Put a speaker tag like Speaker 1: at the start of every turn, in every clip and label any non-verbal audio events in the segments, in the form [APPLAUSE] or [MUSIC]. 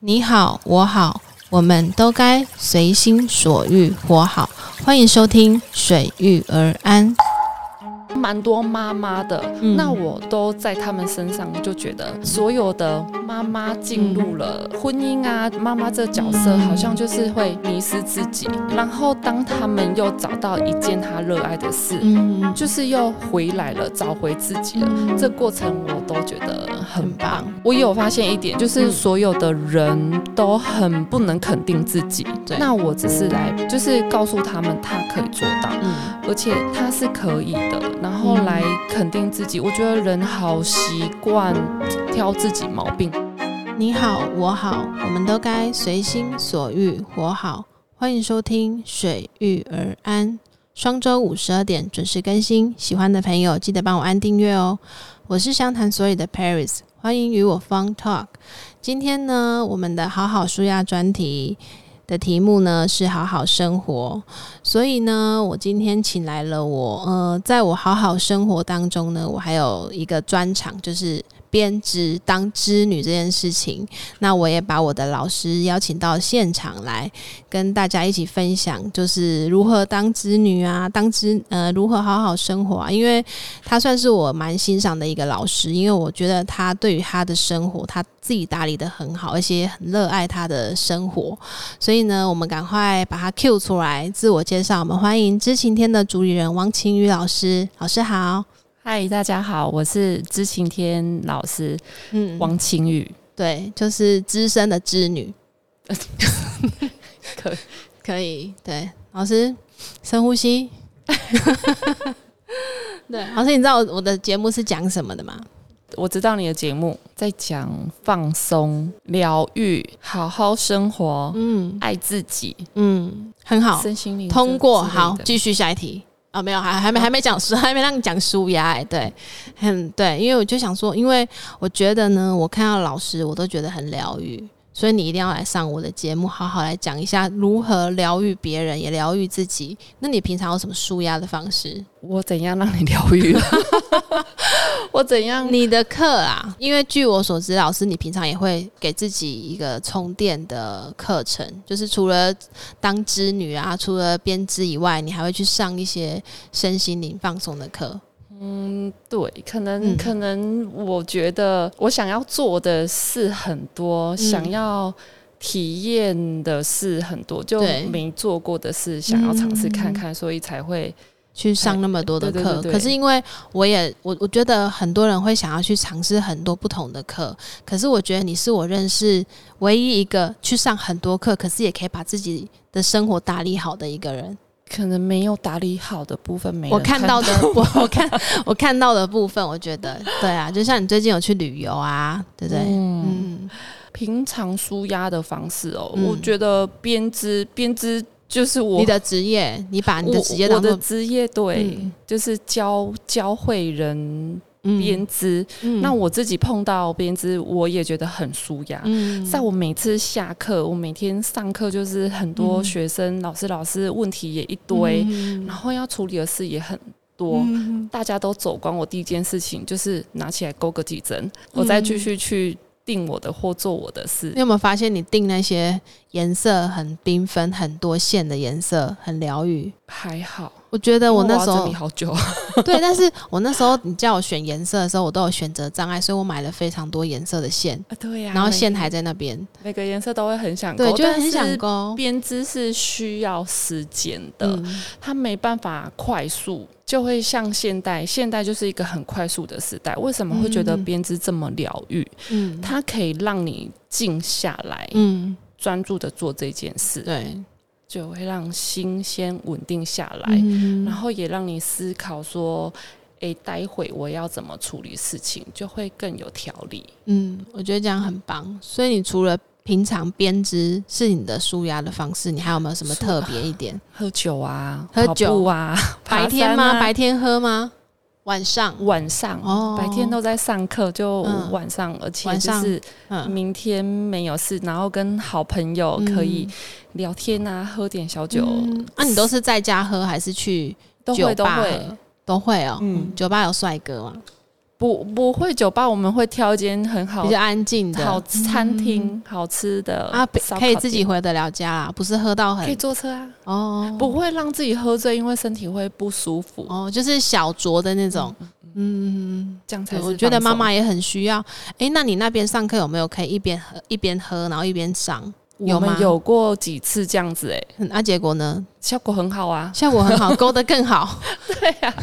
Speaker 1: 你好，我好，我们都该随心所欲活好。欢迎收听《水遇而安》。
Speaker 2: 蛮多妈妈的，
Speaker 1: 嗯
Speaker 2: 那我都在他们身上就觉得，所有的妈妈进入了婚姻啊，妈妈这角色
Speaker 1: 嗯
Speaker 2: 好像就是会迷失自己。然后当他们又找到一件他热爱的事，
Speaker 1: 嗯，
Speaker 2: 就是又回来了，找回自己了。这过程我都觉得很棒。
Speaker 1: 棒
Speaker 2: 我有发现一点，就是
Speaker 1: 嗯
Speaker 2: 所有的人都很不能肯定自己。
Speaker 1: 对
Speaker 2: 那我只是来，就是告诉他们他可以做到。
Speaker 1: 嗯
Speaker 2: 而且他是可以的，然后来肯定自己。我觉得人好习惯挑自己毛病。
Speaker 1: 你好，我好，我们都该随心所欲活好。欢迎收听《水遇而安》，双周五十二点准时更新。喜欢的朋友记得帮我按订阅哦。我是湘潭所里的 Paris，欢迎与我 Fun Talk。今天呢，我们的好好舒压专题的题目呢是好好生活，所以呢，我今天请来了我呃，在我好好生活当中呢，我还有一个专场就是。编织当织女这件事情，那我也把我的老师邀请到现场来，跟大家一起分享，就是如何当织女啊，当织呃如何好好生活啊。因为他算是我蛮欣赏的一个老师，因为我觉得他对于他的生活，他自己打理的很好，而且也很热爱他的生活。所以呢，我们赶快把他 Q 出来，自我介绍。我们欢迎知晴天的主理人王晴雨老师，老师好。
Speaker 2: 嗨，大家好，我是知晴天老师
Speaker 1: 嗯
Speaker 2: 王晴雨。
Speaker 1: 对，就是资深的织女，
Speaker 2: 可以
Speaker 1: 可以，对，老师深呼吸。对，老师，你知道我我的节目是讲什么的吗？
Speaker 2: 我知道你的节目在讲放松、疗愈、好好生活、
Speaker 1: 嗯
Speaker 2: 爱自己、
Speaker 1: 嗯，很好，
Speaker 2: 身心灵
Speaker 1: 通过，
Speaker 2: 之类的
Speaker 1: 好，继续下一题啊、没有，还还没还没讲书， [LAUGHS] 还没让你讲书呀、哎，对，很对，因为我就想说，因为我觉得呢，我看到老师，我都觉得很疗愈，所以你一定要来上我的节目，好好来讲一下如何疗愈别人，也疗愈自己。那你平常有什么舒压的方式？
Speaker 2: 我怎样让你疗 [LAUGHS] 愈了？我怎样？
Speaker 1: 你的课啊，因为据我所知，老师你平常也会给自己一个充电的课程，就是除了当织女啊，除了编织以外，你还会去上一些身心灵放松的课。
Speaker 2: 嗯，对，可能、
Speaker 1: 嗯
Speaker 2: 可能，我觉得我想要做的事很多，
Speaker 1: 嗯
Speaker 2: 想要体验的事很多，就
Speaker 1: 对嗯
Speaker 2: 没做过的事想要尝试看看，所以才会
Speaker 1: 去上那么多的
Speaker 2: 对
Speaker 1: 课
Speaker 2: 对，对对
Speaker 1: 可是因为我也我我觉得很多人会想要去尝试很多不同的课，可是我觉得你是我认识唯一一个去上很多课，可是也可以把自己的生活打理好的一个人。
Speaker 2: 可能没有打理好的部分没
Speaker 1: 我
Speaker 2: 人
Speaker 1: 看
Speaker 2: 看
Speaker 1: 到的，我 [LAUGHS] 我看我看到的部分，我觉得对啊，就像你最近有去旅游啊，对不对？
Speaker 2: 嗯，
Speaker 1: 嗯
Speaker 2: 平常舒压的方式哦，
Speaker 1: 嗯
Speaker 2: 我觉得编织编织就是我
Speaker 1: 你的职业，你把你的职业
Speaker 2: 我我
Speaker 1: 当
Speaker 2: 的
Speaker 1: 做
Speaker 2: 职业对，
Speaker 1: 嗯
Speaker 2: 就是教教会人编织。
Speaker 1: 嗯
Speaker 2: 那我自己碰到编织，我也觉得很舒压。
Speaker 1: 嗯
Speaker 2: 在我每次下课，我每天上课就是很多学生、老师、老师问题也一堆，
Speaker 1: 嗯
Speaker 2: 然后要处理的事也很多。
Speaker 1: 嗯
Speaker 2: 大家都走光，我第一件事情就是拿起来勾个几针，我再继续去定我的或做我的事
Speaker 1: 你。有没有发现你定那些颜色很缤纷、很多线的颜色很疗愈？
Speaker 2: 还好，
Speaker 1: 我觉得我
Speaker 2: 因为
Speaker 1: 那
Speaker 2: 要
Speaker 1: 时
Speaker 2: 整 [LAUGHS]
Speaker 1: 候
Speaker 2: 理好久，
Speaker 1: 对，但是我那时候你叫我选颜色的时候，我都有选择障碍，所以我买了非常多颜色的线，
Speaker 2: 对呀、
Speaker 1: 然后
Speaker 2: 每
Speaker 1: 线还在那边，
Speaker 2: 每个颜色都会很想勾，
Speaker 1: 对，就
Speaker 2: 但
Speaker 1: 很想
Speaker 2: 是
Speaker 1: 勾
Speaker 2: 编织是需要时间的，
Speaker 1: 嗯
Speaker 2: 它没办法快速，就会像现代，现代就是一个很快速的时代。为什么会觉得
Speaker 1: 嗯
Speaker 2: 编织这么疗愈？
Speaker 1: 嗯
Speaker 2: 它可以让你静下来，
Speaker 1: 嗯，
Speaker 2: 专注的做这件事，
Speaker 1: 对，
Speaker 2: 就会让心先稳定下来，
Speaker 1: 嗯
Speaker 2: 然后也让你思考说。诶，待会我要怎么处理事情，就会更有条理。
Speaker 1: 嗯，我觉得这样很棒。所以你除了平常编织是你的舒压的方式，你还有没有什么特别一点？
Speaker 2: 喝酒啊，
Speaker 1: 喝酒
Speaker 2: 跑步啊，嗯
Speaker 1: 白天
Speaker 2: [LAUGHS] 爬山
Speaker 1: 吗？
Speaker 2: 啊
Speaker 1: 白天喝吗？晚上？
Speaker 2: 晚上
Speaker 1: 哦
Speaker 2: 白天都在上课，就
Speaker 1: 嗯
Speaker 2: 晚上，而且
Speaker 1: 晚
Speaker 2: 就
Speaker 1: 上
Speaker 2: 是
Speaker 1: 嗯，
Speaker 2: 明天没有事，然后跟好朋友可以聊天啊，喝点小酒，
Speaker 1: 嗯那、你都是在家喝还是去
Speaker 2: 都
Speaker 1: 酒
Speaker 2: 会都
Speaker 1: 吧
Speaker 2: 会
Speaker 1: 喝？都会哦。
Speaker 2: 嗯
Speaker 1: 嗯，酒吧有帅哥吗？
Speaker 2: 不不会酒吧，我们会挑一间很好
Speaker 1: 比较安静
Speaker 2: 好
Speaker 1: 的嗯
Speaker 2: 餐厅、好吃的
Speaker 1: 啊，不
Speaker 2: 烧烤
Speaker 1: 可以自己
Speaker 2: 店
Speaker 1: 回得了家啦，不是喝到
Speaker 2: 可以
Speaker 1: 很
Speaker 2: 坐车啊，
Speaker 1: 哦
Speaker 2: 不会让自己喝醉，因为身体会不舒服。
Speaker 1: 哦，就是小酌的那种，嗯，
Speaker 2: 这样才
Speaker 1: 对，
Speaker 2: 是
Speaker 1: 我觉得
Speaker 2: 放
Speaker 1: 妈
Speaker 2: 松
Speaker 1: 妈也很需要。诶，那你那边上课有没有可以一边喝一边喝，然后一边上？有
Speaker 2: 我
Speaker 1: 吗
Speaker 2: 们？有过几次这样子、欸，
Speaker 1: 嗯啊，结果呢？
Speaker 2: 效果很好啊。
Speaker 1: 效果很
Speaker 2: [LAUGHS]
Speaker 1: 好，勾得更好。对呀、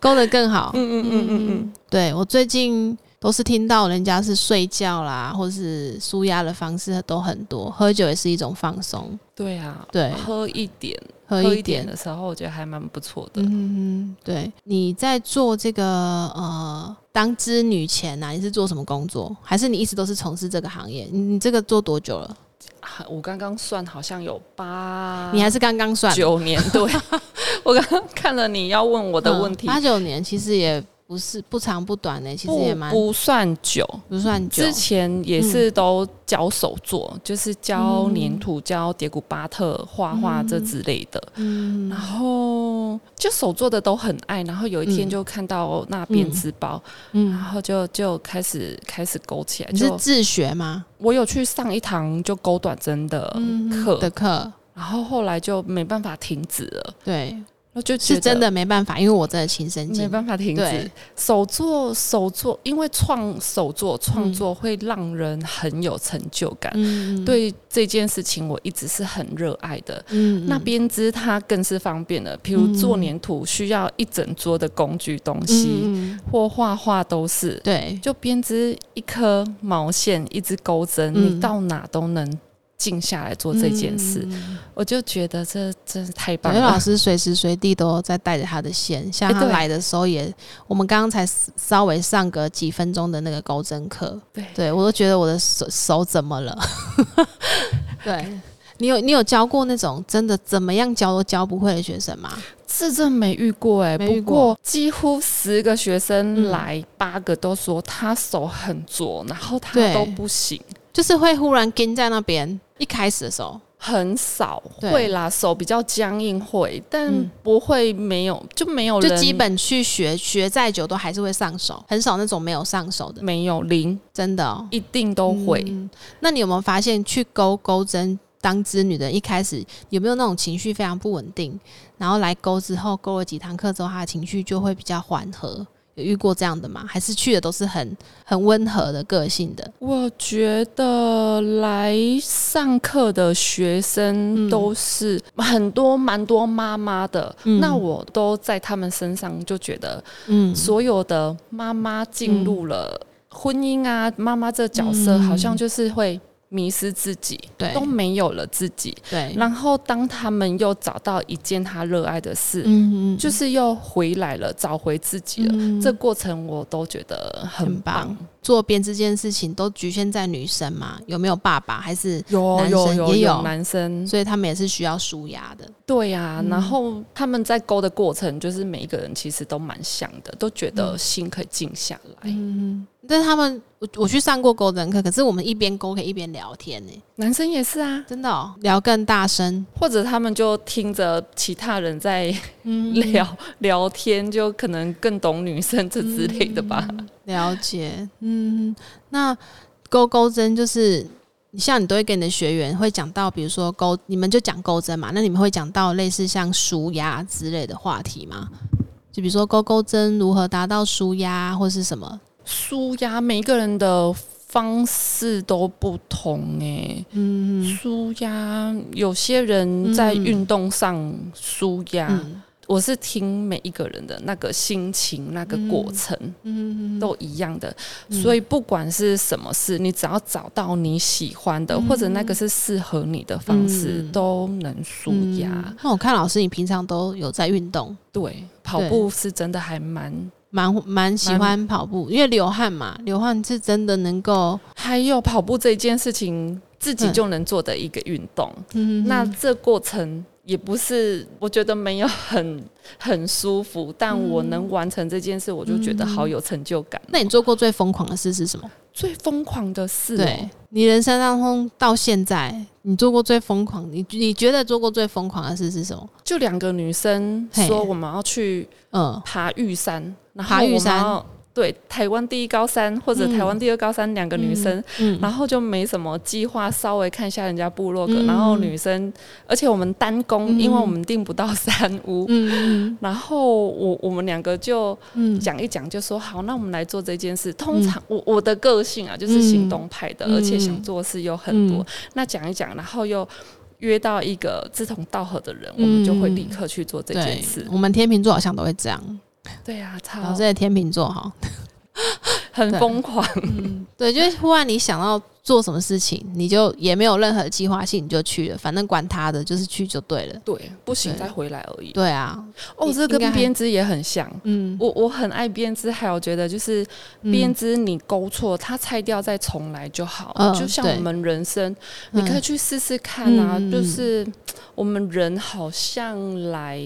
Speaker 1: 勾得更好。
Speaker 2: 嗯嗯嗯嗯嗯，
Speaker 1: 对我最近都是听到人家是睡觉啦，或是舒压的方式都很多，喝酒也是一种放松。
Speaker 2: 对啊，
Speaker 1: 对，
Speaker 2: 喝一点，
Speaker 1: 喝
Speaker 2: 喝
Speaker 1: 一
Speaker 2: 一点
Speaker 1: 点。
Speaker 2: 的时候，我觉得还蛮不错的。
Speaker 1: 嗯，对，你在做这个呃当织女前啊，你是做什么工作？还是你一直都是从事这个行业？你你这个做多久了？
Speaker 2: 啊我刚刚算好像有八，
Speaker 1: 你还是刚刚算
Speaker 2: 九年？对，
Speaker 1: [LAUGHS]
Speaker 2: 我刚刚看了你要问我的问题，
Speaker 1: 嗯八九年其实也不是不长不短呢、其实
Speaker 2: 不
Speaker 1: 也蛮
Speaker 2: 不算久。
Speaker 1: 不算久
Speaker 2: 之。前也是都教手作，
Speaker 1: 嗯
Speaker 2: 就是教粘土、教叠古巴特、画画这之类的。
Speaker 1: 嗯
Speaker 2: 然后就手做的都很爱，然后有一天
Speaker 1: 嗯
Speaker 2: 就看到那编织包，然
Speaker 1: 嗯，
Speaker 2: 后就就开始开始勾起来。
Speaker 1: 你是
Speaker 2: 就
Speaker 1: 自学吗？
Speaker 2: 我有去上一堂就勾短针的呃
Speaker 1: 嗯
Speaker 2: 课，
Speaker 1: 的课
Speaker 2: 然后后来就没办法停止了，
Speaker 1: 对，
Speaker 2: 我就觉
Speaker 1: 是
Speaker 2: 得
Speaker 1: 真的没办法，因为我真的亲身
Speaker 2: 没
Speaker 1: 经历。
Speaker 2: 办法停止
Speaker 1: 对。
Speaker 2: 手做手做，因为创手做创作会让人很有成就感。
Speaker 1: 嗯，
Speaker 2: 对这件事情，我一直是很热爱的。
Speaker 1: 嗯，嗯
Speaker 2: 那编织它更是方便了，譬如做粘土需要一整桌的工具东西，
Speaker 1: 嗯嗯嗯
Speaker 2: 或画画都是。
Speaker 1: 对，
Speaker 2: 就编织一颗毛线，一支钩针，
Speaker 1: 嗯
Speaker 2: 你到哪都能静下来做这件事，
Speaker 1: 嗯。嗯哎嗯嗯
Speaker 2: 我就觉得这真是太棒
Speaker 1: 感觉老
Speaker 2: 了。
Speaker 1: 师随时随地都在带着他的线，像
Speaker 2: 哎
Speaker 1: 他
Speaker 2: 对
Speaker 1: 来的时候也，我们刚刚才稍微上个几分钟的那个钩针课，
Speaker 2: 对
Speaker 1: 对我都觉得我的手手怎么了？ [LAUGHS] 对你有你有教过那种真的怎么样教都教不会的学生吗？
Speaker 2: 这真没遇过哎、
Speaker 1: 没遇
Speaker 2: 不
Speaker 1: 过
Speaker 2: 过几乎十个学
Speaker 1: 嗯
Speaker 2: 生来，八个都说他手很拙，然后他
Speaker 1: 对
Speaker 2: 都不行。
Speaker 1: 就是会忽然跟在那边，一开始的时候，
Speaker 2: 很少
Speaker 1: 对
Speaker 2: 会啦，手比较僵硬会，但
Speaker 1: 嗯
Speaker 2: 不会没有就没有人
Speaker 1: 就基本去学，学再久都还是会上手，很少那种没有上手的，
Speaker 2: 没有零，
Speaker 1: 真的、哦。
Speaker 2: 一定都会。
Speaker 1: 嗯那你有没有发现，去勾勾针当织女的一开始有没有那种情绪非常不稳定？然后来勾之后，勾了几堂课之后，她的情绪就会比较缓和。有遇过这样的吗？还是去的都是很很温和的个性的？
Speaker 2: 我觉得来上课的学生都是很多蛮多妈妈的，
Speaker 1: 嗯
Speaker 2: 那我都在他们身上就觉得
Speaker 1: 嗯
Speaker 2: 所有的妈妈进入了婚姻啊，妈妈这角色
Speaker 1: 嗯
Speaker 2: 好像就是会迷失自己，
Speaker 1: 对
Speaker 2: 都没有了自己。
Speaker 1: 对，
Speaker 2: 然后当他们又找到一件他热爱的事，
Speaker 1: 嗯嗯
Speaker 2: 就是又回来了，找回自己了。
Speaker 1: 嗯
Speaker 2: 这过程我都觉得很
Speaker 1: 很
Speaker 2: 棒，
Speaker 1: 棒。做编织这件事情都局限在女生嘛？有没有爸爸？还是
Speaker 2: 有
Speaker 1: 男
Speaker 2: 有
Speaker 1: 生
Speaker 2: 有
Speaker 1: 也有
Speaker 2: 男生，
Speaker 1: 所以他嗯们也是需要舒压的。
Speaker 2: 对呀、然后他们在勾的过程，就是每一个人其实都蛮像的，都觉得心可以静下来。
Speaker 1: 嗯，但是他们我我去上过勾针课，可是我们一边勾可以一边聊天呢、
Speaker 2: 男生也是啊，
Speaker 1: 真的、哦、聊更大声。
Speaker 2: 或者他们就听着其他人在
Speaker 1: [LAUGHS]
Speaker 2: 聊、聊天，就可能更懂女生这之类的吧。
Speaker 1: 了解，嗯，那勾勾针就是。你像你都会跟你的学员会讲到，比如说勾，你们就讲勾针嘛，那你们会讲到类似像舒压之类的话题吗？就比如说勾勾针如何达到舒压，或是什么？
Speaker 2: 舒压，每一个人的方式都不同诶、
Speaker 1: 嗯
Speaker 2: 舒压，有些人在运动上舒压，
Speaker 1: 嗯
Speaker 2: 我是听每一个人的那个心情、那个过程、
Speaker 1: 嗯
Speaker 2: 都一样的，
Speaker 1: 嗯
Speaker 2: 所以不管是什么事，你只要找到你喜欢的，或者那个是适合你的方式，
Speaker 1: 嗯
Speaker 2: 都能舒压。
Speaker 1: 嗯那我看老师，你平常都有在运动，
Speaker 2: 对，跑步是真的还蛮，
Speaker 1: 蛮蛮喜欢跑步，因为流汗嘛，流汗是真的能够，
Speaker 2: 还有跑步这件事情，自己就能做的一个运动。
Speaker 1: 嗯
Speaker 2: 那这过程也不是，我觉得没有很很舒服，但我能完成这件事，我就觉得好有成就感。
Speaker 1: 嗯那你做过最疯狂的事是什么？
Speaker 2: 最疯狂的事、哦
Speaker 1: 对，你人生当中到现在，你做过最疯狂，你你觉得做过最疯狂的事是什么？
Speaker 2: 就两个女生
Speaker 1: 嘿
Speaker 2: 说我们要去
Speaker 1: 嗯，
Speaker 2: 爬玉山，然
Speaker 1: 爬
Speaker 2: 后
Speaker 1: 玉
Speaker 2: 我们
Speaker 1: 山
Speaker 2: 要对台湾第一高三或者
Speaker 1: 嗯
Speaker 2: 台湾第二高三两个女生，
Speaker 1: 嗯
Speaker 2: 然后就没什么计划，稍微看一下人家部落格，
Speaker 1: 嗯
Speaker 2: 然后女生，而且我们单攻，
Speaker 1: 嗯
Speaker 2: 因为我们订不到三屋。
Speaker 1: 嗯
Speaker 2: 然后我我们两个就
Speaker 1: [LAUGHS] 嗯
Speaker 2: 讲一讲，就说好，那我们来做这件事。通常我我的个性啊，就是行动派的，
Speaker 1: 嗯
Speaker 2: 而且想做的事有很多
Speaker 1: 嗯。
Speaker 2: 那讲一讲，然后又约到一个志同道合的人，
Speaker 1: 嗯
Speaker 2: 我们就会立刻去做这件
Speaker 1: 对
Speaker 2: 事，。
Speaker 1: 我们天秤座好像都会这样，
Speaker 2: 对啊，
Speaker 1: 老
Speaker 2: 超
Speaker 1: 师也天秤座哈，
Speaker 2: 很
Speaker 1: 对
Speaker 2: 疯狂，
Speaker 1: [LAUGHS] 对，就是忽然你想到做什么事情，你就也没有任何计划性，你就去了，反正管他的，就是去就对了。
Speaker 2: 对，不行
Speaker 1: 对
Speaker 2: 再回来而已。
Speaker 1: 对啊，
Speaker 2: 哦，这
Speaker 1: 应该
Speaker 2: 跟
Speaker 1: 还
Speaker 2: 编织也很像。
Speaker 1: 嗯，
Speaker 2: 我我很爱编织，还有觉得就是编织你勾错，它拆掉再重来就好。
Speaker 1: 嗯
Speaker 2: 就像
Speaker 1: 对
Speaker 2: 我们人生，
Speaker 1: 嗯
Speaker 2: 你可以去试试看啊。
Speaker 1: 嗯嗯嗯
Speaker 2: 就是我们人好像来，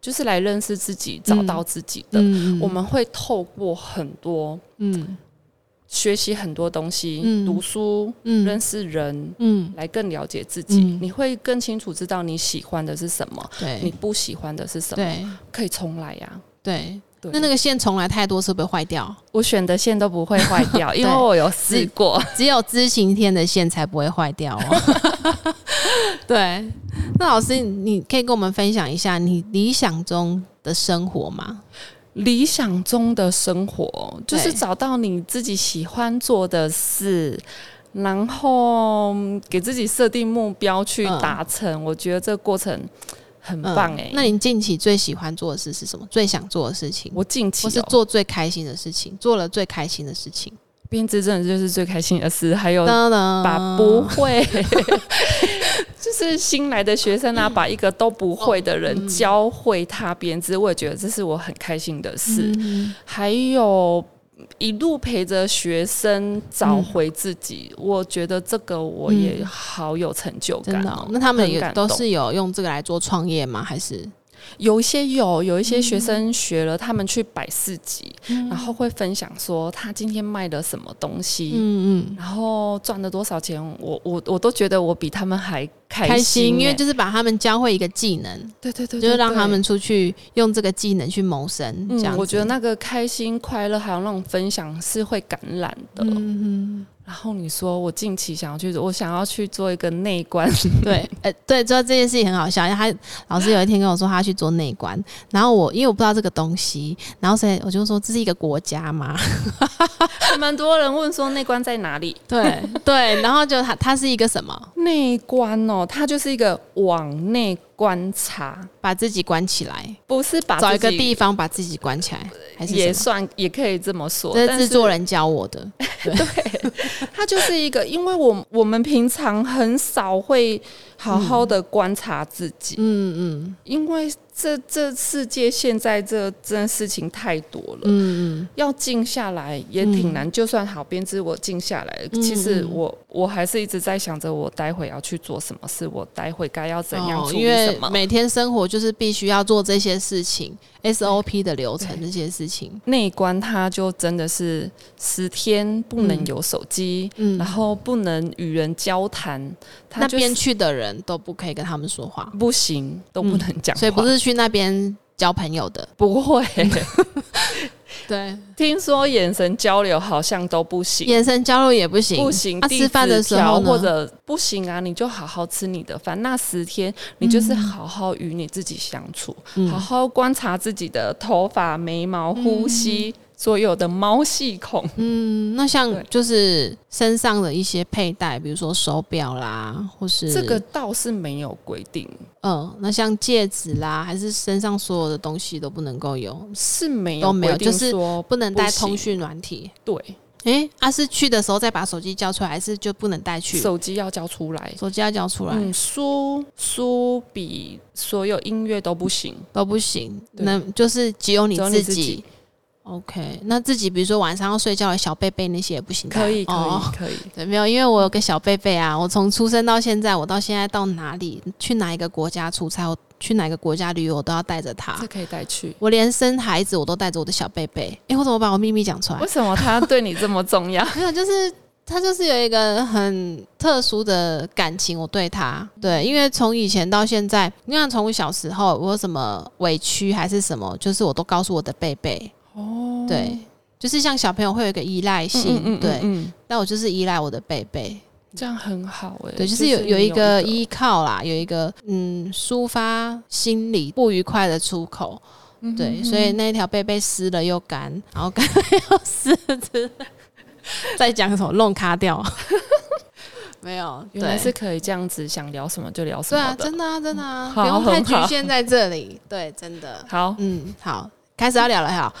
Speaker 2: 就是来认识自己，找到自己的。
Speaker 1: 嗯
Speaker 2: 我们会透过很多
Speaker 1: 嗯
Speaker 2: 学习很多东西，
Speaker 1: 嗯
Speaker 2: 读书、
Speaker 1: 嗯
Speaker 2: 认识人，
Speaker 1: 嗯，
Speaker 2: 来更了解自己。
Speaker 1: 嗯
Speaker 2: 你会更清楚知道你喜欢的是什么，
Speaker 1: 对
Speaker 2: 你不喜欢的是什么，
Speaker 1: 对
Speaker 2: 可以重来呀、
Speaker 1: 对。
Speaker 2: 对
Speaker 1: 那那个线重来太多次会不会坏掉？
Speaker 2: 我选的线都不会坏
Speaker 1: [LAUGHS]
Speaker 2: 掉，因为我有试过。
Speaker 1: 只有知情天的线才不会坏掉哦。对，那老师，你可以跟我们分享一下你理想中的生活吗？
Speaker 2: 理想中的生活就是
Speaker 1: 对
Speaker 2: 找到你自己喜欢做的事，然后给自己设定目标去
Speaker 1: 嗯
Speaker 2: 达成。我觉得这个过程很棒哎、
Speaker 1: 那你近期最喜欢做的事是什么？最想做的事情，
Speaker 2: 我近期、
Speaker 1: 或是
Speaker 2: 哦、
Speaker 1: 做最开心的事情，做了最开心的事情。
Speaker 2: 编织真的就是最开心的事，还有
Speaker 1: 当当，
Speaker 2: 把不
Speaker 1: [LAUGHS]
Speaker 2: 会， [LAUGHS] 就是新来的学生啊，
Speaker 1: 嗯
Speaker 2: 把一个都不会的人教会他编织，我也觉得这是我很开心的事。
Speaker 1: 嗯
Speaker 2: 还有一路陪着学生找回自己，我觉得这个我也好有成就
Speaker 1: 嗯真
Speaker 2: 感、
Speaker 1: 的
Speaker 2: 哦
Speaker 1: 哦、那他们
Speaker 2: 很
Speaker 1: 也
Speaker 2: 感
Speaker 1: 都
Speaker 2: 动
Speaker 1: 是有用这个来做创业吗？还是
Speaker 2: 有一些有有一些学
Speaker 1: 嗯
Speaker 2: 生学了，他们去摆市集，然后会分享说他今天卖了什么东西。
Speaker 1: 嗯嗯。
Speaker 2: 然后赚了多少钱？我我我都觉得我比他们还开
Speaker 1: 开
Speaker 2: 心
Speaker 1: 心，
Speaker 2: 欸，
Speaker 1: 因为就是把他们教会一个技能，
Speaker 2: 对对对，
Speaker 1: 就是
Speaker 2: 对
Speaker 1: 让他
Speaker 2: 对
Speaker 1: 们出去用这个技能去谋生，这样
Speaker 2: 嗯，
Speaker 1: 子。
Speaker 2: 我觉得那个开心、快乐，还有那种分享是会感染的。
Speaker 1: 嗯，
Speaker 2: 然后你说我近期想要去，我想要去做一个
Speaker 1: [LAUGHS]
Speaker 2: 内观，
Speaker 1: 对，呃，对，知道这件事情很好笑。因为他老师有一天跟我说他去做内观，然后我因为我不知道这个东西，然后所以我就说这是一个国家
Speaker 2: [LAUGHS]
Speaker 1: 嘛，
Speaker 2: 蛮多人问说内观在哪里？
Speaker 1: 对对，然后就他他是一个什么，
Speaker 2: 内观哦，它就是一个往内观察，
Speaker 1: 把自己关起来，
Speaker 2: 不是把
Speaker 1: 找一
Speaker 2: 自
Speaker 1: 个
Speaker 2: 己
Speaker 1: 地方把自己关起来，还是
Speaker 2: 也
Speaker 1: 什么？
Speaker 2: 算也可以这么说，
Speaker 1: 这
Speaker 2: 但
Speaker 1: 是制作人教我的，
Speaker 2: 它就是一个，因为我我们平常很少会好好的观察自己，
Speaker 1: 嗯嗯
Speaker 2: 因为这这世界现在这这件事情太多了，
Speaker 1: 嗯
Speaker 2: 要静下来也挺难。就算好编织，我静下来，
Speaker 1: 嗯
Speaker 2: 其实
Speaker 1: 嗯
Speaker 2: 我我还是一直在想着我待会要去做什么事，我待会该要怎
Speaker 1: 嗯，
Speaker 2: 样
Speaker 1: 哦
Speaker 2: 处
Speaker 1: 因
Speaker 2: 理什
Speaker 1: 为
Speaker 2: 么。
Speaker 1: 每天生活就是必须要做这些事
Speaker 2: [LAUGHS]
Speaker 1: 情，SOP 的流程这些事情，
Speaker 2: 内观它就真的是十天不能有手机，
Speaker 1: 嗯
Speaker 2: 然，后不能与人交谈，它
Speaker 1: 那
Speaker 2: 就
Speaker 1: 边
Speaker 2: 是
Speaker 1: 去的人都不可以跟他们说话，
Speaker 2: 不行，都不能讲
Speaker 1: 嗯
Speaker 2: 话、
Speaker 1: 所以不是去那边交朋友的。
Speaker 2: 不会。 [LAUGHS]
Speaker 1: 对，
Speaker 2: 听说眼神交流好像都不行，
Speaker 1: 眼神交流也不行，
Speaker 2: 不行，
Speaker 1: 啊
Speaker 2: 地
Speaker 1: 吃饭的
Speaker 2: 址
Speaker 1: 时候
Speaker 2: 条
Speaker 1: 呢
Speaker 2: 或者不行啊，你就好好吃你的饭。那十天，你就是好好与你自己相处，
Speaker 1: 嗯
Speaker 2: 好好观察自己的头发、眉毛、呼吸，所有的毛细孔。
Speaker 1: 嗯，那像
Speaker 2: 对
Speaker 1: 就是身上的一些佩戴，比如说手表啦，或是
Speaker 2: 这个，倒是没有规定，
Speaker 1: 嗯，那像戒指啦，还是身上所有的东西都不能够有，
Speaker 2: 是没
Speaker 1: 都
Speaker 2: 有
Speaker 1: 没有
Speaker 2: 规定
Speaker 1: 就是
Speaker 2: 说
Speaker 1: 不能带通
Speaker 2: 行
Speaker 1: 讯软体。
Speaker 2: 对
Speaker 1: 诶，啊是去的时候再把手机交出来，还是就不能带去？
Speaker 2: 手机要交出来。
Speaker 1: 手机要交出来、
Speaker 2: 嗯，书、书笔，所有音乐都不行。
Speaker 1: 都不行，
Speaker 2: 对
Speaker 1: 那就是只有你
Speaker 2: 只有
Speaker 1: 自
Speaker 2: 你
Speaker 1: 己。
Speaker 2: 自己
Speaker 1: OK，那自己比如说晚上要睡觉的小贝贝那些也不行吧，
Speaker 2: 可以，可
Speaker 1: 哦
Speaker 2: 以，可以。
Speaker 1: 对，没有，因为我有个小贝贝啊，我从出生到现在，我到现在到哪里去哪一个国家出差，我去哪个国家旅游，我都要带着他
Speaker 2: 这。可以带
Speaker 1: [LAUGHS]
Speaker 2: 去。
Speaker 1: 我连生孩子我都带着我的小贝贝。诶，我怎么把我秘密讲出来
Speaker 2: 为？什么它对你这么重
Speaker 1: [LAUGHS]
Speaker 2: 要？
Speaker 1: 没有，就是他就是有一个很特殊的感情，我对他，对，因为从以前到现在，你看从小时候我有什么委屈还是什么，就是我都告诉我的贝贝，
Speaker 2: 哦
Speaker 1: 对，就是像小朋友会有一个依赖性，
Speaker 2: 嗯嗯嗯
Speaker 1: 对。
Speaker 2: 嗯，
Speaker 1: 但我就是依赖我的贝贝，
Speaker 2: 这样很好哎、
Speaker 1: 对，就是
Speaker 2: 你
Speaker 1: 有
Speaker 2: 有
Speaker 1: 有一个
Speaker 2: 一
Speaker 1: 依靠啦，有一个嗯抒发心里不愉快的出口，
Speaker 2: 嗯
Speaker 1: 对，所以那一条贝贝撕了又干，然后干了又撕，之类再讲什么弄卡掉， [LAUGHS] 没有，
Speaker 2: 原来
Speaker 1: 对
Speaker 2: 是可以这样子，想聊什么就聊什
Speaker 1: 对
Speaker 2: 么
Speaker 1: 啊，
Speaker 2: 的。嗯
Speaker 1: 真的啊，真的啊，
Speaker 2: 好
Speaker 1: 不用太
Speaker 2: 很好
Speaker 1: 局限在这里，对，真的，
Speaker 2: 好，
Speaker 1: 嗯，好，开始要聊了哈，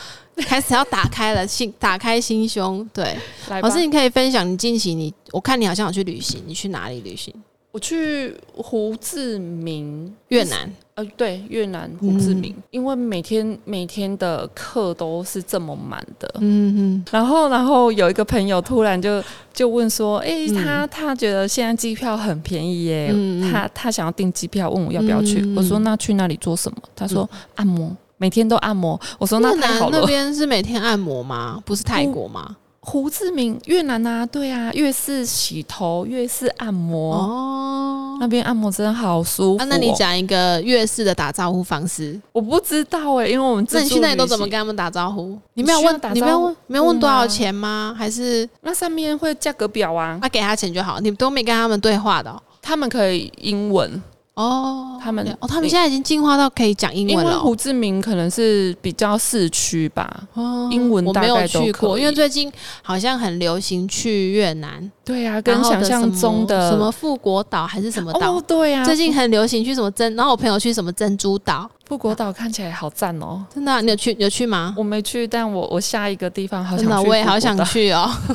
Speaker 1: 开始要打开了心，打开心胸，对，
Speaker 2: 来吧
Speaker 1: 老。师，你可以分享你近期你，我看你好像有去旅行，你去哪里旅行？
Speaker 2: 我去胡志明，
Speaker 1: 越南，嗯
Speaker 2: 呃，对，越南胡志明，因为每天每天的课都是这么满的，
Speaker 1: 嗯嗯。
Speaker 2: 然后，然后有一个朋友突然就就问说：“哎、
Speaker 1: 嗯
Speaker 2: 他他觉得现在机票很便宜耶，
Speaker 1: 嗯嗯
Speaker 2: 他他想要订机票，问我要不要去。
Speaker 1: 嗯嗯嗯
Speaker 2: 我说：“那去那里做什么？”他说：“按摩，每天都按摩。”我说：“那
Speaker 1: 越
Speaker 2: 太
Speaker 1: 嗯南
Speaker 2: 好
Speaker 1: 那
Speaker 2: 了。
Speaker 1: 边是每天按摩吗？不是泰国吗？”
Speaker 2: 胡志明，越南啊，对啊，越是洗头，越是按摩，
Speaker 1: 哦，
Speaker 2: 那边按摩真的好舒服、哦
Speaker 1: 啊，那你，讲一个越式的打招呼方式。
Speaker 2: 我不知道哎、因为我们
Speaker 1: 那你
Speaker 2: 自助
Speaker 1: 去那里都
Speaker 2: 旅
Speaker 1: 怎么
Speaker 2: 行
Speaker 1: 跟他们打招呼？你
Speaker 2: 你
Speaker 1: 没有
Speaker 2: 需要
Speaker 1: 问
Speaker 2: 打，
Speaker 1: 你没有
Speaker 2: 招
Speaker 1: 问，没有问多少
Speaker 2: 吗
Speaker 1: 钱
Speaker 2: 嗯啊
Speaker 1: 吗？还是
Speaker 2: 那上面会价格表啊，
Speaker 1: 啊，给他钱就好？你都没跟他们对话的哦。
Speaker 2: 他们可以英文，
Speaker 1: 哦
Speaker 2: 他们
Speaker 1: 哦，他们现在已经进化到可以讲英
Speaker 2: 因
Speaker 1: 文
Speaker 2: 为
Speaker 1: 了哦。
Speaker 2: 胡志明可能是比较市区吧。
Speaker 1: 哦
Speaker 2: 英文
Speaker 1: 我
Speaker 2: 大
Speaker 1: 没
Speaker 2: 概
Speaker 1: 有
Speaker 2: 都
Speaker 1: 去过，
Speaker 2: 可
Speaker 1: 因为
Speaker 2: 以
Speaker 1: 最近好像很流行去越南，
Speaker 2: 对啊，
Speaker 1: 然
Speaker 2: 跟
Speaker 1: 后
Speaker 2: 想
Speaker 1: 的什
Speaker 2: 象
Speaker 1: 么
Speaker 2: 中的
Speaker 1: 什么富国岛还是什么岛
Speaker 2: 哦，，对啊，
Speaker 1: 最近很流行去什么珍，然后我朋友去什么珍珠岛，
Speaker 2: 富国岛看起来好赞哦。
Speaker 1: 真的啊、你有去？有去吗？
Speaker 2: 我没去，但我我下一个地方好想
Speaker 1: 真的，
Speaker 2: 去。
Speaker 1: 我也好想。去哦。 [LAUGHS]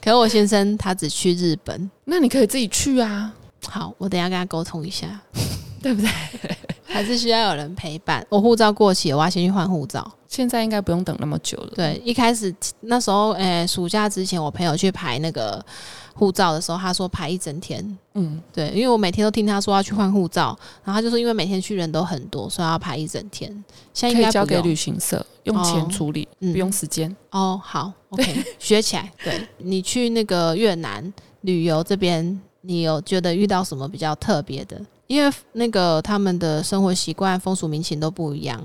Speaker 1: 可是我先生他只去日本。
Speaker 2: 那你可以自己去啊，
Speaker 1: 好，我等一下跟他沟通一下，
Speaker 2: 对不对？
Speaker 1: [LAUGHS] 还是需要有人陪伴。我护照过期，我要先去换护照。
Speaker 2: 现在应该不用等那么久了。
Speaker 1: 对，一开始那时候，诶、暑假之前，我朋友去排那个护照的时候，他说排一整天。
Speaker 2: 嗯，
Speaker 1: 对，因为我每天都听他说要去换护照，然后他就说因为每天去人都很多，所以要排一整天。现在
Speaker 2: 可
Speaker 1: 应
Speaker 2: 以
Speaker 1: 该
Speaker 2: 交
Speaker 1: 不
Speaker 2: 给
Speaker 1: 用
Speaker 2: 旅行社，用
Speaker 1: 哦
Speaker 2: 钱处理，
Speaker 1: 嗯
Speaker 2: 不用时间。
Speaker 1: 哦，好，OK，学 [LAUGHS] 起来。对你去那个越南旅游这边，你有觉得遇到什么比较特别的？因为那个他们的生活习惯、风俗民情都不一样，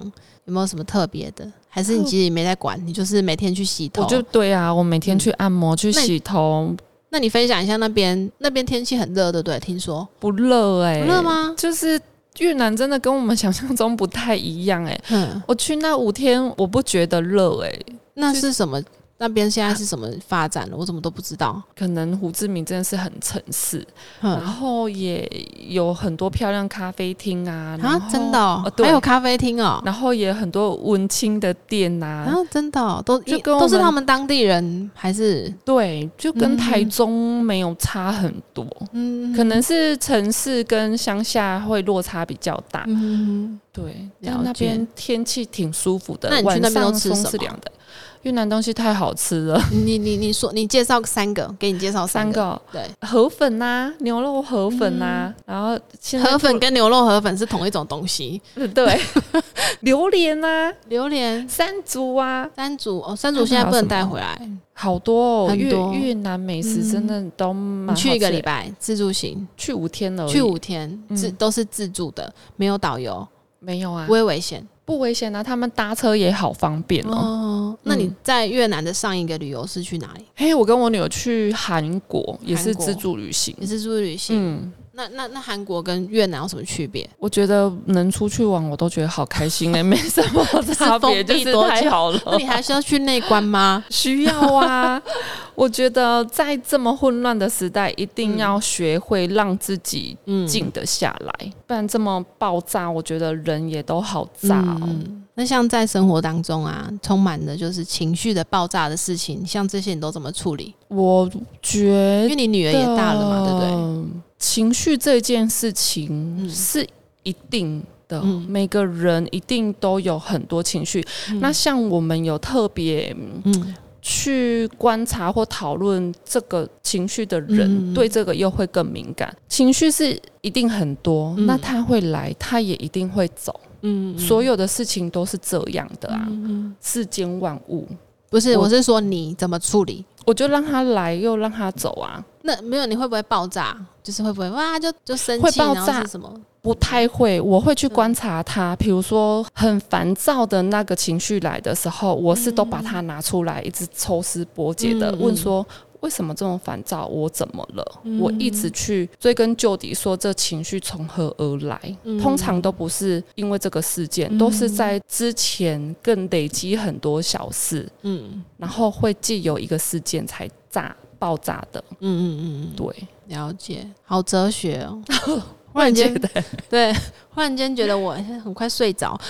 Speaker 1: 有没有什么特别的？还是你其实也没在管，你就是每天去洗头
Speaker 2: 我。就对啊，我每天去按摩、去
Speaker 1: 嗯那你
Speaker 2: 洗头，
Speaker 1: 那你分享一下那边那边天气很热，对不对？听说
Speaker 2: 不热哎、
Speaker 1: 不热吗？
Speaker 2: 就是越南真的跟我们想象中不太一样哎、
Speaker 1: 嗯，
Speaker 2: 我去那五天，我不觉得热哎、
Speaker 1: 那是什么？那边现在是什么发展了？我怎么都不知道。
Speaker 2: 可能胡志明真的是很城市，然
Speaker 1: 嗯，
Speaker 2: 后也有很多漂亮咖啡厅啊，然
Speaker 1: 啊，
Speaker 2: 后
Speaker 1: 真的、哦
Speaker 2: 呃，对
Speaker 1: 还有咖啡厅哦，
Speaker 2: 然后也很多文青的店呐、
Speaker 1: 啊，真的哦、都
Speaker 2: 就跟我
Speaker 1: 都是
Speaker 2: 们
Speaker 1: 他们当地人还是
Speaker 2: 对，就跟
Speaker 1: 嗯
Speaker 2: 台中没有差很多，
Speaker 1: 嗯
Speaker 2: 可能是城市跟乡下会落差比较大，
Speaker 1: 嗯，
Speaker 2: 对，
Speaker 1: 了
Speaker 2: 但那
Speaker 1: 解
Speaker 2: 边天气挺舒服的，
Speaker 1: 那你去
Speaker 2: 晚
Speaker 1: 那边都
Speaker 2: 上
Speaker 1: 吃
Speaker 2: 风
Speaker 1: 什么
Speaker 2: 是凉的，越南东西太好吃了，
Speaker 1: 你你你说你介绍三个，给你介绍
Speaker 2: 嗯三
Speaker 1: 个，
Speaker 2: 个
Speaker 1: 对，嗯
Speaker 2: 河粉呐、牛肉河粉呐、然后现在
Speaker 1: 河粉
Speaker 2: 就
Speaker 1: 跟牛肉河粉是同一种东西。
Speaker 2: 呃
Speaker 1: [LAUGHS]
Speaker 2: 对，榴莲呐、
Speaker 1: 榴莲
Speaker 2: 山竹啊，
Speaker 1: 山竹哦，山竹现在不能带回来，
Speaker 2: 哎好多哦，
Speaker 1: 很
Speaker 2: 越
Speaker 1: 多嗯
Speaker 2: 越南美食真的都蛮
Speaker 1: 你
Speaker 2: 好
Speaker 1: 去一个
Speaker 2: 吃
Speaker 1: 礼，拜自助行，
Speaker 2: 去五天了，
Speaker 1: 去五天
Speaker 2: 嗯
Speaker 1: 自都是自助的，没有导游，
Speaker 2: 没有啊
Speaker 1: 不，会危险
Speaker 2: 不危险啊，他们搭车也好方便哦。
Speaker 1: 哦。那你在越南的上一个旅游是去哪里？
Speaker 2: 嘿，我跟我女儿去韩国也
Speaker 1: 韩
Speaker 2: 是
Speaker 1: 国
Speaker 2: 自助旅行
Speaker 1: 也，是自助旅行？
Speaker 2: 嗯，
Speaker 1: 那那那韩国跟越南有什么区
Speaker 2: [LAUGHS]
Speaker 1: 别？
Speaker 2: 我觉得能出去玩，我都觉得好开心
Speaker 1: [LAUGHS]
Speaker 2: 哎、没什么差别，
Speaker 1: 封
Speaker 2: 就
Speaker 1: 闭
Speaker 2: 是
Speaker 1: 多久
Speaker 2: 太好
Speaker 1: 那
Speaker 2: 了
Speaker 1: 你。还需要去内关吗？
Speaker 2: 需要啊，我觉得在这么混乱的时代，一定要学会让自己
Speaker 1: 嗯，
Speaker 2: 静得下来，不然这么爆炸，我觉得人也都好炸哦。
Speaker 1: 嗯那像在生活当中啊，充满的就是情绪的爆炸的事情，像这些你都怎么处理？
Speaker 2: 我觉
Speaker 1: 因
Speaker 2: 得
Speaker 1: 为你女儿也大了嘛，对不对？啊
Speaker 2: 对？情绪这件事情
Speaker 1: 嗯
Speaker 2: 是一定的，
Speaker 1: 嗯
Speaker 2: 每个人一定都有很多情绪。
Speaker 1: 嗯
Speaker 2: 那像我们有特别嗯
Speaker 1: 嗯
Speaker 2: 去观察或讨论这个情绪的人，
Speaker 1: 嗯
Speaker 2: 对这个又会更敏感。情绪是一定很多，
Speaker 1: 嗯
Speaker 2: 那他会来，他也一定会走。
Speaker 1: 嗯
Speaker 2: 所有的事情都是这样的啊，
Speaker 1: 嗯嗯
Speaker 2: 世间万物。
Speaker 1: 不是，
Speaker 2: 我
Speaker 1: 我是说你怎么处理？
Speaker 2: 我就让他来，又让他走啊，
Speaker 1: 那没有你会不会爆炸？就是会不会哇就就生
Speaker 2: 会
Speaker 1: 气，
Speaker 2: 爆
Speaker 1: 然后
Speaker 2: 炸
Speaker 1: 是什么？
Speaker 2: 不太会。我会去观察他，
Speaker 1: 嗯
Speaker 2: 比如说很烦躁的那个情绪来的时候，我是都把它拿出来，一直抽丝剥茧
Speaker 1: 嗯
Speaker 2: 的
Speaker 1: 嗯嗯
Speaker 2: 问说。为什么这种烦躁？我怎么了？我一直去追根究底，说这情绪从何而来？
Speaker 1: 嗯
Speaker 2: 通常都不是因为这个事件，都是在之前更累积很多小事，
Speaker 1: 嗯
Speaker 2: 然后会借由一个事件才炸爆炸的。
Speaker 1: 嗯嗯嗯嗯，
Speaker 2: 对，
Speaker 1: 了解，好哲学哦。 [LAUGHS] 忽
Speaker 2: 我也
Speaker 1: 然
Speaker 2: 觉
Speaker 1: 间
Speaker 2: 得
Speaker 1: 对，忽然间觉得我很快睡着。 [LAUGHS]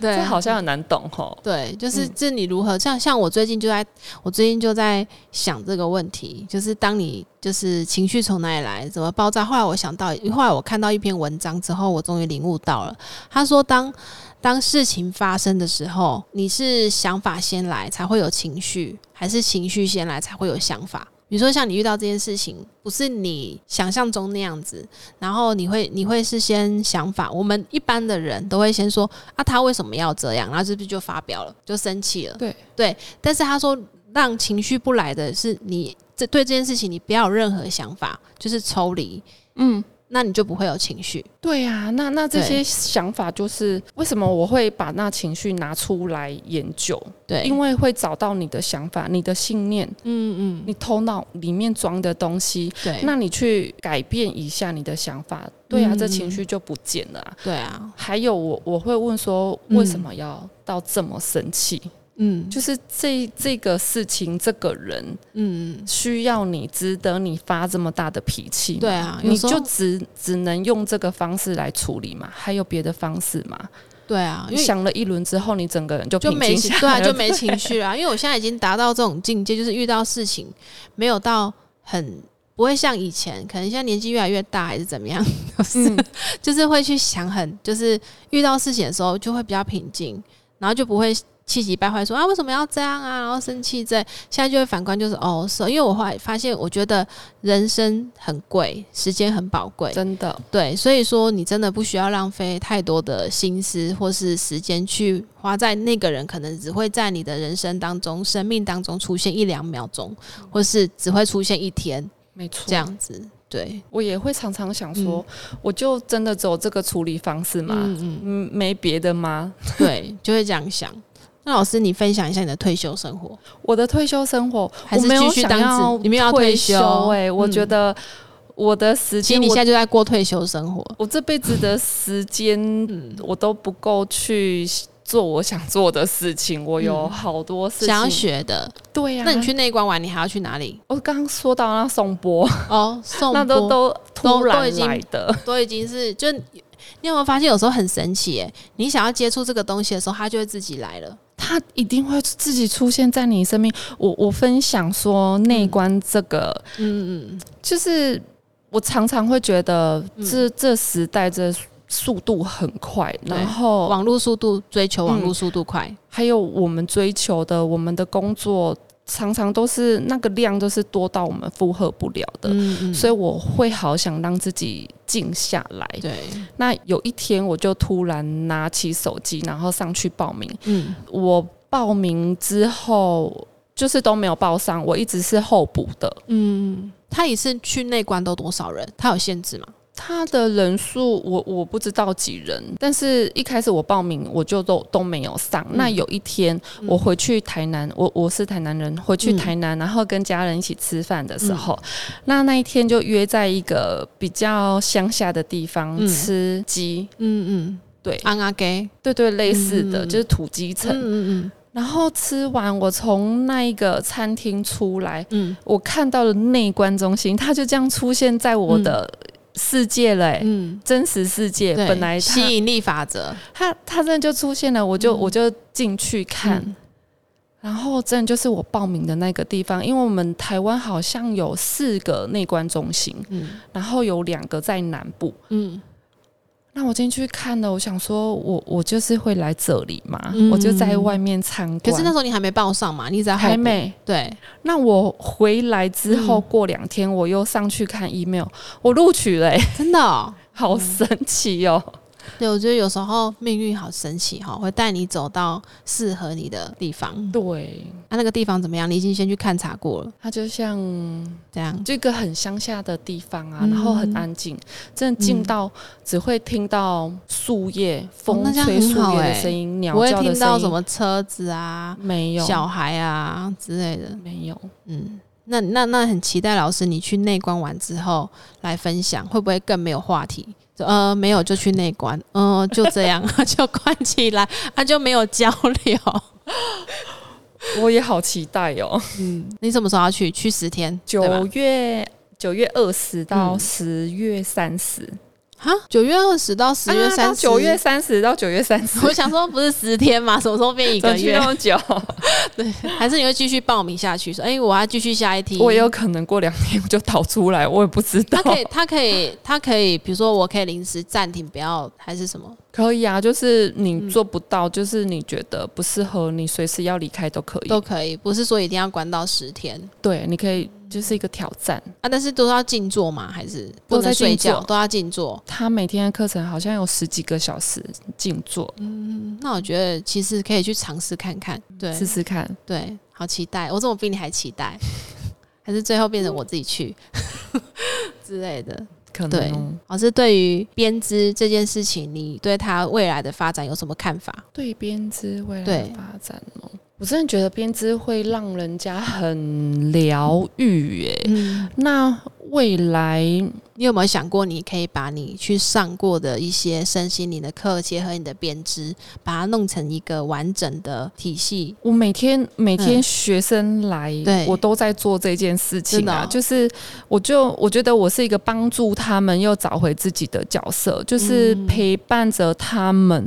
Speaker 1: 对
Speaker 2: 这，好像很难懂吼。
Speaker 1: 对，就是这你如何像像我最近就在，我最近就在想这个问题，就是当你就是情绪从哪里来，怎么爆炸。后来我想到，后来我看到一篇文章之后，我终于领悟到了。他说当，当事情发生的时候，你是想法先来才会有情绪，还是情绪先来才会有想法？比如说，像你遇到这件事情，不是你想象中那样子，然后你会你会是先想法。我们一般的人都会先说啊，他为什么要这样？然后是不是就发表了，就生气了？
Speaker 2: 对
Speaker 1: 对。但是他说，让情绪不来的是你这对这件事情，你不要有任何想法，就是抽离，
Speaker 2: 嗯，
Speaker 1: 那你就不会有情绪。
Speaker 2: 对呀、那那这
Speaker 1: 对
Speaker 2: 些想法就是为什么我会把那情绪拿出来研究，
Speaker 1: 对，
Speaker 2: 因为会找到你的想法、你的信念、
Speaker 1: 嗯嗯，
Speaker 2: 你头脑里面装的东西，
Speaker 1: 对，
Speaker 2: 那你去改变一下你的想法，对啊，
Speaker 1: 嗯
Speaker 2: 这情绪就不见了啊。
Speaker 1: 对啊，
Speaker 2: 还有我我会问说，为什么要到这么生气？
Speaker 1: 嗯
Speaker 2: 就是这这个事情，这个人
Speaker 1: 嗯，
Speaker 2: 需要你，值得你发这么大的脾气吗？
Speaker 1: 对啊，有
Speaker 2: 你
Speaker 1: 时候
Speaker 2: 就只只能用这个方式来处理嘛？还有别的方式吗？
Speaker 1: 对啊，因为
Speaker 2: 想了一轮之后，你整个人就
Speaker 1: 就
Speaker 2: 平
Speaker 1: 没
Speaker 2: 静
Speaker 1: 情
Speaker 2: 下
Speaker 1: 对啊，
Speaker 2: 来了。
Speaker 1: 就没情绪啊。因为我现在已经达到这种境界，就是遇到事情没有到很不会像以前，可能现在年纪越来越大还是怎么样，就是、
Speaker 2: 嗯
Speaker 1: [LAUGHS] 就是会去想很，就是遇到事情的时候就会比较平静，然后就不会。气急败坏说啊，为什么要这样啊？然后生气这，现在就会反观就是哦，是哦因为我后来发现，我觉得人生很贵，时间很宝贵，
Speaker 2: [LAUGHS] 真的，
Speaker 1: 对，所以说你真的不需要浪费太多的心思或是时间去花在那个人，可能只会在你的人生当中、生命当中出现一两秒钟，或是只会出现一天
Speaker 2: 没错。
Speaker 1: 这，样子。对，
Speaker 2: 我也会常常想说，我就真的只有这个处理方式吗？
Speaker 1: 嗯
Speaker 2: 嗯，没别的吗？
Speaker 1: 嗯，对，就会这样想。那老师，你分享一下你的退休生活，
Speaker 2: 我的退休生活，
Speaker 1: 还是
Speaker 2: 我没有
Speaker 1: 继续
Speaker 2: 想
Speaker 1: 当
Speaker 2: 要
Speaker 1: 职你们要退
Speaker 2: 退
Speaker 1: 休
Speaker 2: 哎、我
Speaker 1: 嗯
Speaker 2: 觉得我的时
Speaker 1: 其实
Speaker 2: 间，
Speaker 1: 你现
Speaker 2: 我
Speaker 1: 在就在过退休生活。
Speaker 2: 我这辈子的时间
Speaker 1: 嗯，
Speaker 2: 我都不够去做我想做的事情，我有
Speaker 1: 嗯
Speaker 2: 好多事情。
Speaker 1: 想要学的，
Speaker 2: 对啊呀、
Speaker 1: 那你去内关玩，你还要去哪里？
Speaker 2: 我刚刚说到那送播，
Speaker 1: 哦，送
Speaker 2: 那都
Speaker 1: 波
Speaker 2: 都突
Speaker 1: 都已
Speaker 2: 然
Speaker 1: 经
Speaker 2: 来的，
Speaker 1: 都已经是就你有没有发现有时候很神奇耶？你想要接触这个东西的时候，它就会自己来了。
Speaker 2: 它一定会自己出现在你身边。我我分享说内观这个，
Speaker 1: 嗯嗯
Speaker 2: 就是我常常会觉得这、这时代这速度很快，
Speaker 1: 对
Speaker 2: 然
Speaker 1: 嗯，
Speaker 2: 后
Speaker 1: 网络速度追求网络速度快，
Speaker 2: 还有我们追求的我们的工作，常常都是那个量都是多到我们负荷不了的。
Speaker 1: 嗯嗯
Speaker 2: 所以我会好想让自己静下来。
Speaker 1: 以对，
Speaker 2: 那有一天，我就突然拿起手机，然后上去报名。
Speaker 1: 嗯
Speaker 2: 我报名之后，就是都没有报上，我一直是候补的。
Speaker 1: 嗯，他也是去内关都多少人？他有限制吗？
Speaker 2: 他的人数我我不知道几人，但是一开始我报名我就都都没有上。
Speaker 1: 嗯
Speaker 2: 那有一天我回去台南，我我是台南人，回去
Speaker 1: 嗯
Speaker 2: 台南，然后跟家人一起吃饭的时候，那那一天就约在一个比较乡下的地方
Speaker 1: 嗯
Speaker 2: 吃鸡，
Speaker 1: 嗯嗯，
Speaker 2: 对
Speaker 1: 安阿给，
Speaker 2: 对对，类似的、
Speaker 1: 嗯
Speaker 2: 就是土鸡
Speaker 1: 嗯
Speaker 2: 城。
Speaker 1: 嗯
Speaker 2: 然后吃完，我从那一个餐厅出来，
Speaker 1: 嗯
Speaker 2: 我看到了内观中心，它就这样出现在我的世界了、欸
Speaker 1: 嗯嗯，
Speaker 2: 真实世界
Speaker 1: 对，
Speaker 2: 本来它
Speaker 1: 吸引力法则，
Speaker 2: 他他真的就出现了，我就、我就进去看，
Speaker 1: 嗯
Speaker 2: 然后真的就是我报名的那个地方，因为我们台湾好像有四个内观中心，
Speaker 1: 嗯
Speaker 2: 然后有两个在南部。
Speaker 1: 嗯
Speaker 2: 那我进去看了，我想说我我就是会来这里嘛，
Speaker 1: 嗯
Speaker 2: 我就在外面参观。
Speaker 1: 可是那时候你还没报上嘛，你在后
Speaker 2: 还
Speaker 1: 补
Speaker 2: 没。
Speaker 1: 对，
Speaker 2: 那我回来之后、
Speaker 1: 嗯
Speaker 2: 过两 [LAUGHS] 天，我又上去看 email，我录取了、欸，
Speaker 1: 真的哦，
Speaker 2: 好神奇哦！
Speaker 1: 对，我觉得有时候命运好神奇哈、哦，会带你走到适合你的地方。
Speaker 2: 对，
Speaker 1: 那、啊、那个地方怎么样？你已经先去勘察过了，
Speaker 2: 它就像
Speaker 1: 这样。
Speaker 2: 这个很乡下的地方啊，
Speaker 1: 嗯
Speaker 2: 然后很安静，真的静到只会听到树叶、风
Speaker 1: 那这样
Speaker 2: 吹
Speaker 1: 很
Speaker 2: 树
Speaker 1: 好
Speaker 2: 叶的
Speaker 1: 欸
Speaker 2: 声音、
Speaker 1: 不
Speaker 2: 鸟
Speaker 1: 会
Speaker 2: 叫的
Speaker 1: 听到
Speaker 2: 声
Speaker 1: 什
Speaker 2: 音，
Speaker 1: 么车子啊、
Speaker 2: 没有，
Speaker 1: 小孩啊之类的。
Speaker 2: 没有。
Speaker 1: 嗯，那那那很期待老师你去内观完之后来分享，会不会更没有话题？就呃，没有就去内观，呃，就这样 [LAUGHS] 就关起来，他、就没有交流。
Speaker 2: 我也好期待哦，
Speaker 1: 嗯， [LAUGHS] 你什么时候要去？去十天？对吧
Speaker 2: 九月九月二十到
Speaker 1: 嗯
Speaker 2: 十月三十、
Speaker 1: 哈，九月二十到十月
Speaker 2: 啊到
Speaker 1: 三十、
Speaker 2: 九月。三十到九月三 [LAUGHS] 十，
Speaker 1: 我想说，不是十天吗？什么时候变一
Speaker 2: [LAUGHS] 怎
Speaker 1: 个
Speaker 2: 么去
Speaker 1: 月
Speaker 2: 那？么久？
Speaker 1: 还是你会继续报名下去？说，哎、我要继续下一题。
Speaker 2: 我也有可能过两天我就逃出来，我也不 [LAUGHS] 知道
Speaker 1: 他。可以，他可以，他可以，比如说，我可以临时暂停，不要还是什么？
Speaker 2: 可以啊，就是你做不到，就是你觉得不适合，你随时要离开都可以。
Speaker 1: 都可以，不是说一定要关到十天
Speaker 2: 对，你可以就是一个挑战。
Speaker 1: 啊，但是都要静坐嘛，还是
Speaker 2: 都
Speaker 1: 不
Speaker 2: 在
Speaker 1: 能睡
Speaker 2: 静坐
Speaker 1: 觉，都要静坐。
Speaker 2: 他每天的课程好像有十几个小时静坐，
Speaker 1: 嗯，那我觉得其实可以去尝试看看，对
Speaker 2: 试试看。
Speaker 1: 对，好期待，我怎么比你还期
Speaker 2: [LAUGHS]
Speaker 1: 待？还是最后变成我自己去 [LAUGHS] 之类的？
Speaker 2: 可
Speaker 1: 对
Speaker 2: 能、哦、
Speaker 1: 老师对于编织这件事情，你对它未来的发展有什么看法？
Speaker 2: 对编织未来的
Speaker 1: 对
Speaker 2: 发展哦，我真的觉得编织会让人家很疗愈耶。
Speaker 1: 嗯，
Speaker 2: 那未来
Speaker 1: 你有没有想过，你可以把你去上过的一些身心灵的课，结合你的编织，把它弄成一个完整的体系？
Speaker 2: 我每天每天学生来，
Speaker 1: 嗯对
Speaker 2: 我都在做这件事情
Speaker 1: 真的
Speaker 2: 啊，
Speaker 1: 哦
Speaker 2: 就是我就我觉得我是一个帮助他们又找回自己的角色，就是
Speaker 1: 嗯
Speaker 2: 陪伴着他们。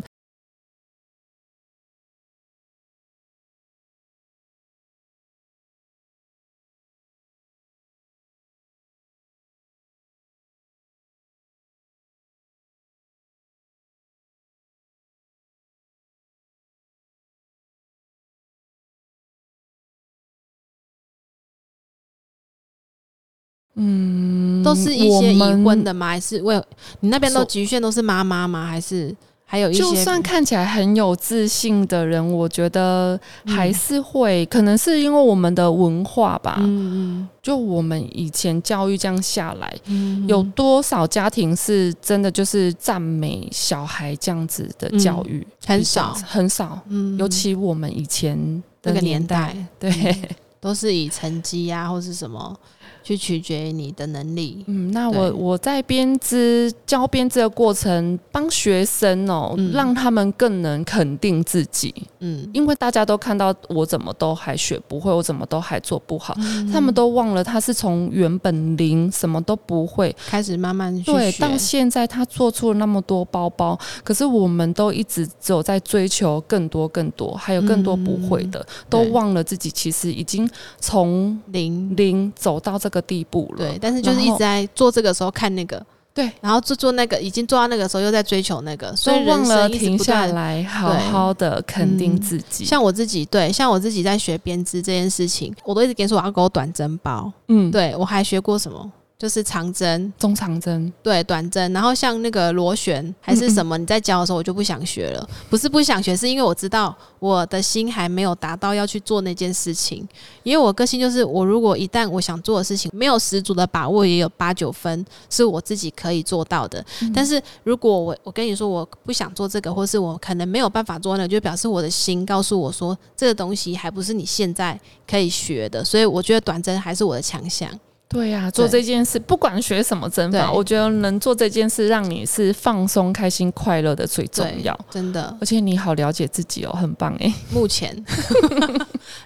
Speaker 2: 嗯，
Speaker 1: 都是一
Speaker 2: 我
Speaker 1: 些已
Speaker 2: 们
Speaker 1: 婚的吗？还是为你那边都
Speaker 2: 所
Speaker 1: 局限都是妈妈吗？还是还有一些
Speaker 2: 就算看起来很有自信的人，我觉得还是会，可能是因为我们的文化吧。
Speaker 1: 嗯
Speaker 2: 就我们以前教育这样下来，
Speaker 1: 嗯
Speaker 2: 有多少家庭是真的就是赞美小孩这样子的教育？
Speaker 1: 很少，
Speaker 2: 很少。
Speaker 1: 嗯
Speaker 2: 尤其我们以前
Speaker 1: 那
Speaker 2: 的
Speaker 1: 个
Speaker 2: 年
Speaker 1: 年
Speaker 2: 代，
Speaker 1: 代
Speaker 2: 对，
Speaker 1: 都是以成绩呀、或是什么去取决于你的能力。
Speaker 2: 嗯，那
Speaker 1: 对
Speaker 2: 我我在编织教编织的过程，帮学生哦，
Speaker 1: 嗯
Speaker 2: 让他们更能肯定自己，
Speaker 1: 嗯，
Speaker 2: 因为大家都看到我怎么都还学不会，我怎么都还做不好，
Speaker 1: 嗯
Speaker 2: 他们都忘了他是从原本零什么都不会，
Speaker 1: 开始慢慢去
Speaker 2: 对，
Speaker 1: 学
Speaker 2: 到现在他做出了那么多包包，可是我们都一直只有在追求更多、更多，还有更多不会的，都
Speaker 1: 嗯对
Speaker 2: 忘了自己其实已经从
Speaker 1: 零
Speaker 2: 零走到这个地步了。
Speaker 1: 对，但是就是一直在做这个时候看那个，
Speaker 2: 对，
Speaker 1: 然后做做那个，已经做到那个时候又在追求那个，所以
Speaker 2: 都忘
Speaker 1: 人
Speaker 2: 了
Speaker 1: 生一直
Speaker 2: 停
Speaker 1: 不
Speaker 2: 下
Speaker 1: 断
Speaker 2: 来，好好的肯定自己。
Speaker 1: 像我自己，对，像我自己在学编织这件事情，我都一直跟你说我要给我短针包，
Speaker 2: 嗯，
Speaker 1: 对我还学过什么，就是长针，
Speaker 2: 中长针，
Speaker 1: 对，短针，然后像那个螺旋还是什么，你在教的时候我就不想学了，不是不想学，是因为我知道我的心还没有达到要去做那件事情，因为我个性就是，我如果一旦我想做的事情没有十足的把握，也有八九分是我自己可以做到的，但是如果我我跟你说我不想做这个，或是我可能没有办法做那个，就表示我的心告诉我说这个东西还不是你现在可以学的，所以我觉得短针还是我的强项。
Speaker 2: 对呀、做这件事，不管学什么针法，
Speaker 1: 对
Speaker 2: 我觉得能做这件事，让你是放松、开心、快乐的最重
Speaker 1: 对
Speaker 2: 要。
Speaker 1: 真的，
Speaker 2: 而且你好了解自己哦，很棒
Speaker 1: [LAUGHS]
Speaker 2: 哎、
Speaker 1: 目前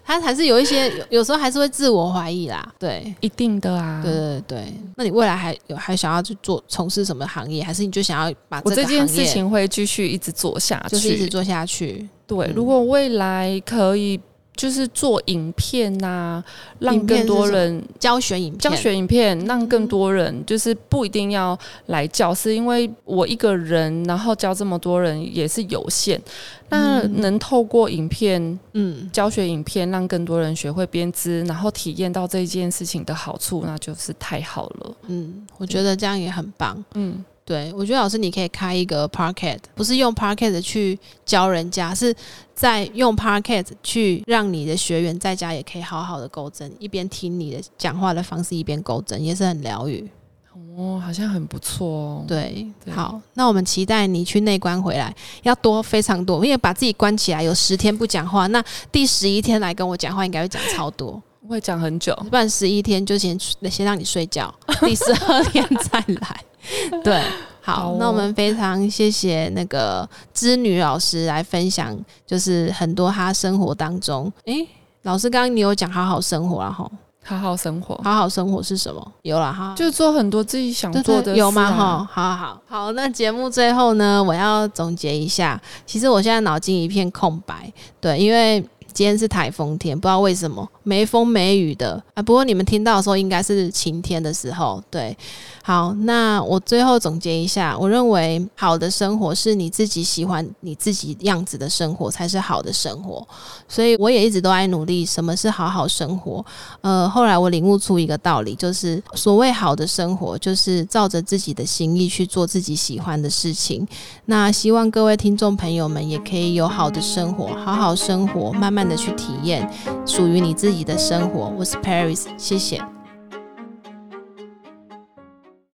Speaker 1: 他还是有一些有有时候还是会自我怀疑啦。对，
Speaker 2: 一定的啊。
Speaker 1: 对对对。那你未来还有还想要去做从事什么行业，还是你就想要把
Speaker 2: 我
Speaker 1: 这
Speaker 2: 这
Speaker 1: 个
Speaker 2: 件
Speaker 1: 行
Speaker 2: 事
Speaker 1: 业
Speaker 2: 情会继续一直做下去。
Speaker 1: 就是一直做下去？
Speaker 2: 对，
Speaker 1: 嗯
Speaker 2: 如果未来可以。就是做影片呐、让
Speaker 1: 影片是
Speaker 2: 更多
Speaker 1: 什么
Speaker 2: 人
Speaker 1: 教学影片，嗯
Speaker 2: 教学影片，让更多人就是不一定要来教室，因为我一个人，然后教这么多人也是有限。那能透过影片
Speaker 1: 嗯，
Speaker 2: 教学影片，让更多人学会编织，然后体验到这件事情的好处，那就是太好了。
Speaker 1: 嗯，我觉得这样也很棒。
Speaker 2: 嗯，
Speaker 1: 对，我觉得老师你可以开一个 Parket，不是用 Parket 去教人家，是在用 Parket 去让你的学员在家也可以好好的沟针，一边听你的讲话的方式，一边沟针，也是很疗愈。
Speaker 2: 哦，好像很不错哦。
Speaker 1: 对，
Speaker 2: 对
Speaker 1: 好，那我们期待你去内观回来，要多非常多，因为把自己关起来有十天不讲话，那第十一天来跟我讲话，应该会讲超多，
Speaker 2: 我会讲很久，
Speaker 1: 不然十一天就先先让你睡觉，第十二天再来。对，好，
Speaker 2: 好哦
Speaker 1: 那我们非常谢谢那个织女老师来分享，就是很多她生活当中，诶、老师刚刚你有讲好好生活啦，吼，
Speaker 2: 好好生活，
Speaker 1: 好好生活是什么？有啦，哈，
Speaker 2: 就做很多自己想
Speaker 1: 对
Speaker 2: 做
Speaker 1: 对，
Speaker 2: 的、啊
Speaker 1: 有吗？哈，，好好好。那节目最后呢，我要总结一下。其实我现在脑筋一片空白，对，因为今天是台风天，不知道为什么没风没雨的啊。不过你们听到的时候，应该是晴天的时候。对，好，那我最后总结一下，我认为好的生活是你自己喜欢你自己样子的生活才是好的生活。所以我也一直都在努力，什么是好好生活？呃，后来我领悟出一个道理，就是所谓好的生活，就是照着自己的心意去做自己喜欢的事情。那希望各位听众朋友们也可以有好的生活，好好生活，慢慢的去体验属于你自己的生活。我是 Paris，谢谢。